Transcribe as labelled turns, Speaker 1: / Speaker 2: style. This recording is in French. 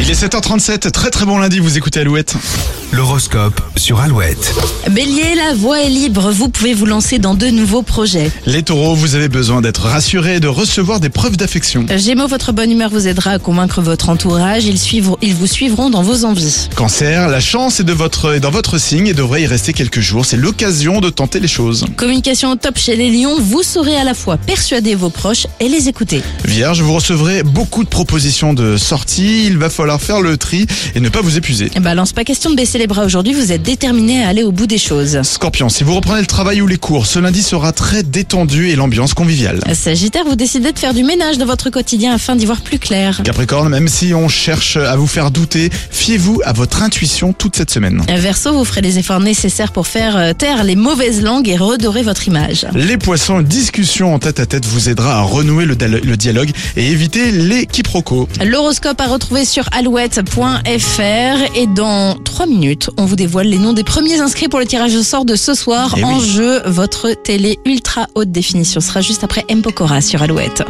Speaker 1: Il est 7h37, très très bon lundi, vous écoutez Alouette.
Speaker 2: L'horoscope sur Alouette.
Speaker 3: Bélier, la voie est libre, vous pouvez vous lancer dans de nouveaux projets.
Speaker 1: Les taureaux, vous avez besoin d'être rassurés et de recevoir des preuves d'affection.
Speaker 3: Euh, Gémeaux, votre bonne humeur vous aidera à convaincre votre entourage, ils, suivront- ils vous suivront dans vos envies.
Speaker 1: Cancer, la chance est, de votre, est dans votre signe et devrait y rester quelques jours. C'est l'occasion de tenter les choses.
Speaker 3: Communication au top chez les lions, vous saurez à la fois persuader vos proches et les écouter.
Speaker 1: Vierge, vous recevrez beaucoup de propositions de sortie. Il va falloir faire le tri et ne pas vous épuiser.
Speaker 3: Balance, Eh ben, pas question de baisser les bras aujourd'hui, vous êtes déterminé à aller au bout des choses. Euh,
Speaker 1: Scorpion, si vous reprenez le travail ou les cours, ce lundi sera très détendu et l'ambiance conviviale.
Speaker 3: Sagittaire, vous décidez de faire du ménage dans votre quotidien afin d'y voir plus clair.
Speaker 1: Capricorne, même si on cherche à vous faire douter, fiez-vous à votre intuition toute cette semaine.
Speaker 3: Euh, Verseau, vous ferez les efforts nécessaires pour faire euh, taire les mauvaises langues et redorer votre image.
Speaker 1: Les poissons, une discussion en tête à tête vous aidera à renouer le, dalo- le dialogue et éviter les quiproquos.
Speaker 3: L'horoscope à retrouver sur alouette.fr et dans 3 minutes, on vous dévoile les noms des premiers inscrits pour le tirage au sort de ce soir.
Speaker 1: Eh
Speaker 3: en
Speaker 1: oui.
Speaker 3: jeu, votre télé ultra haute définition sera juste après M. Pokora sur Alouette.